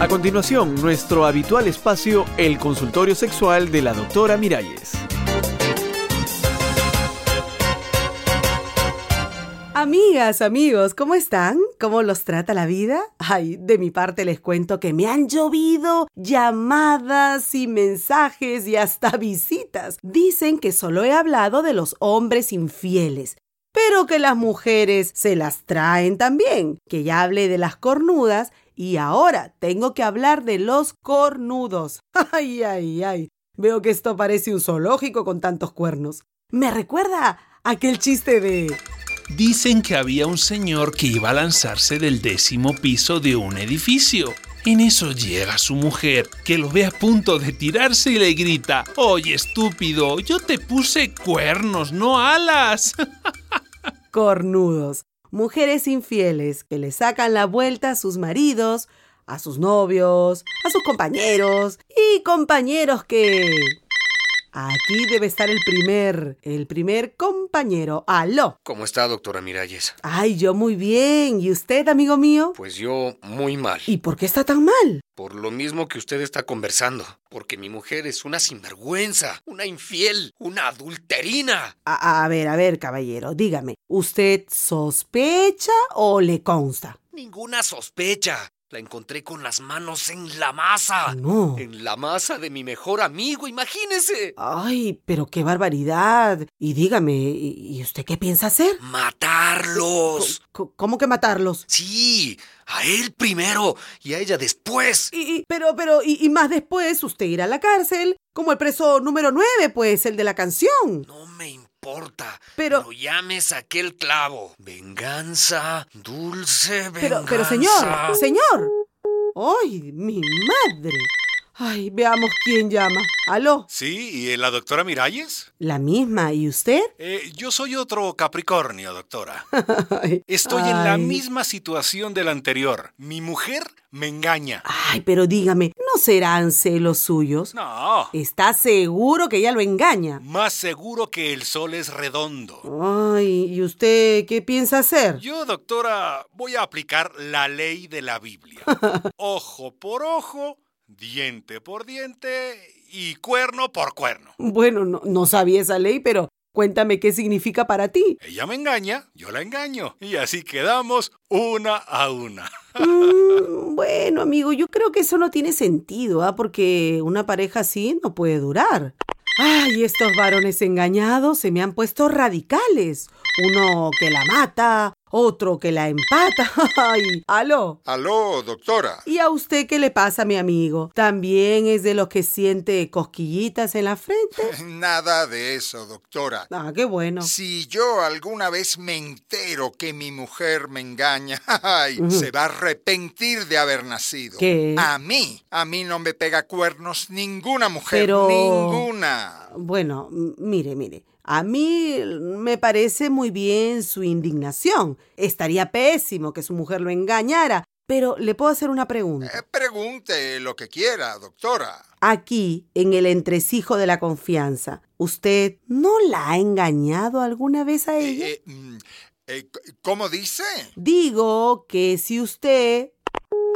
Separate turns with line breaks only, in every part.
A continuación, nuestro habitual espacio, el consultorio sexual de la doctora Miralles.
Amigas, amigos, ¿cómo están? ¿Cómo los trata la vida? Ay, de mi parte les cuento que me han llovido llamadas y mensajes y hasta visitas. Dicen que solo he hablado de los hombres infieles, pero que las mujeres se las traen también, que ya hablé de las cornudas y ahora tengo que hablar de los cornudos. Ay, ay, ay. Veo que esto parece un zoológico con tantos cuernos. Me recuerda aquel chiste de...
Dicen que había un señor que iba a lanzarse del décimo piso de un edificio. En eso llega su mujer, que lo ve a punto de tirarse y le grita, Oye estúpido, yo te puse cuernos, no alas.
Cornudos, mujeres infieles que le sacan la vuelta a sus maridos, a sus novios, a sus compañeros y compañeros que... Aquí debe estar el primer, el primer compañero. ¡Aló!
¿Cómo está, doctora Miralles?
Ay, yo muy bien. ¿Y usted, amigo mío?
Pues yo muy mal.
¿Y por qué está tan mal?
Por lo mismo que usted está conversando. Porque mi mujer es una sinvergüenza, una infiel, una adulterina.
A, a ver, a ver, caballero, dígame, ¿usted sospecha o le consta?
Ninguna sospecha. La encontré con las manos en la masa.
No.
En la masa de mi mejor amigo, imagínese.
Ay, pero qué barbaridad. Y dígame, ¿y y usted qué piensa hacer?
¡Matarlos!
Co- ¿Cómo que matarlos?
Sí, a él primero y a ella después.
Y, y- pero, pero, y, y más después usted irá a la cárcel, como el preso número 9, pues, el de la canción.
No me importa.
Pero-
No llames aquel clavo. Venganza, dulce
Pero,
venganza.
pero, señor, señor. ¡Ay, mi madre! Ay, veamos quién llama. ¿Aló?
Sí, ¿y eh, la doctora Miralles?
La misma, ¿y usted?
Eh, yo soy otro Capricornio, doctora.
Ay,
Estoy en la
ay.
misma situación de la anterior. Mi mujer me engaña.
Ay, pero dígame, ¿no serán celos suyos?
No,
¿Está seguro que ella lo engaña?
más seguro que el sol es redondo.
Ay, ¿y usted qué piensa hacer?
Yo, doctora, voy a aplicar la ley de la Biblia. Ojo por ojo, diente por diente y cuerno por cuerno.
Bueno, no, no sabía esa ley, pero cuéntame qué significa para ti.
Ella me engaña, yo la engaño. Y así quedamos una a una.
Mm, bueno, amigo, yo creo que eso no tiene sentido, ¿ah? Porque una pareja así no puede durar. Ay, estos varones engañados se me han puesto radicales. Uno que la mata, otro que la empata. Ay, aló.
Aló, doctora.
¿Y a usted qué le pasa, mi amigo? ¿También es de los que siente cosquillitas en la frente?
Nada de eso, doctora.
Ah, qué bueno.
Si yo alguna vez me entero que mi mujer me engaña, ay,
Ujú.
se va a arrepentir de haber nacido.
¿Qué?
A mí, a mí no me pega cuernos ninguna mujer,
Pero-
ninguna.
Bueno, m- mire, mire, a mí me parece muy bien su indignación. Estaría pésimo que su mujer lo engañara, pero le puedo hacer una
Eh,
pregunta.
pregunte lo que quiera, doctora.
Aquí, en el entresijo de la confianza, ¿usted no la ha engañado alguna vez a
Eh,
ella?
eh, mm, eh, c- ¿Cómo dice?
Digo que si usted...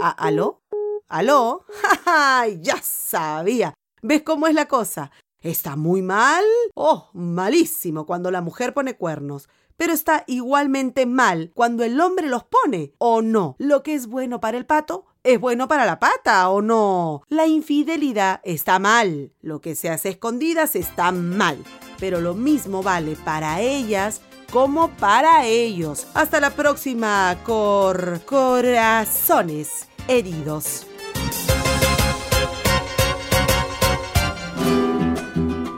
A- ¿Aló? ¿Aló? ¡Ja, ja! ya sabía. ¿Ves cómo es la cosa? Está muy mal. Oh, malísimo cuando la mujer pone cuernos. Pero está igualmente mal cuando el hombre los pone, ¿o no? Lo que es bueno para el pato es bueno para la pata, ¿o no? La infidelidad está mal. Lo que se hace a escondidas está mal. Pero lo mismo vale para ellas como para ellos. Hasta la próxima, cor... corazones heridos.